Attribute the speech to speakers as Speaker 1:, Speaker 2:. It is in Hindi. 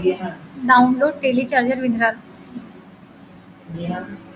Speaker 1: Behance.
Speaker 2: Download Telecharger Winrar.
Speaker 1: Behance.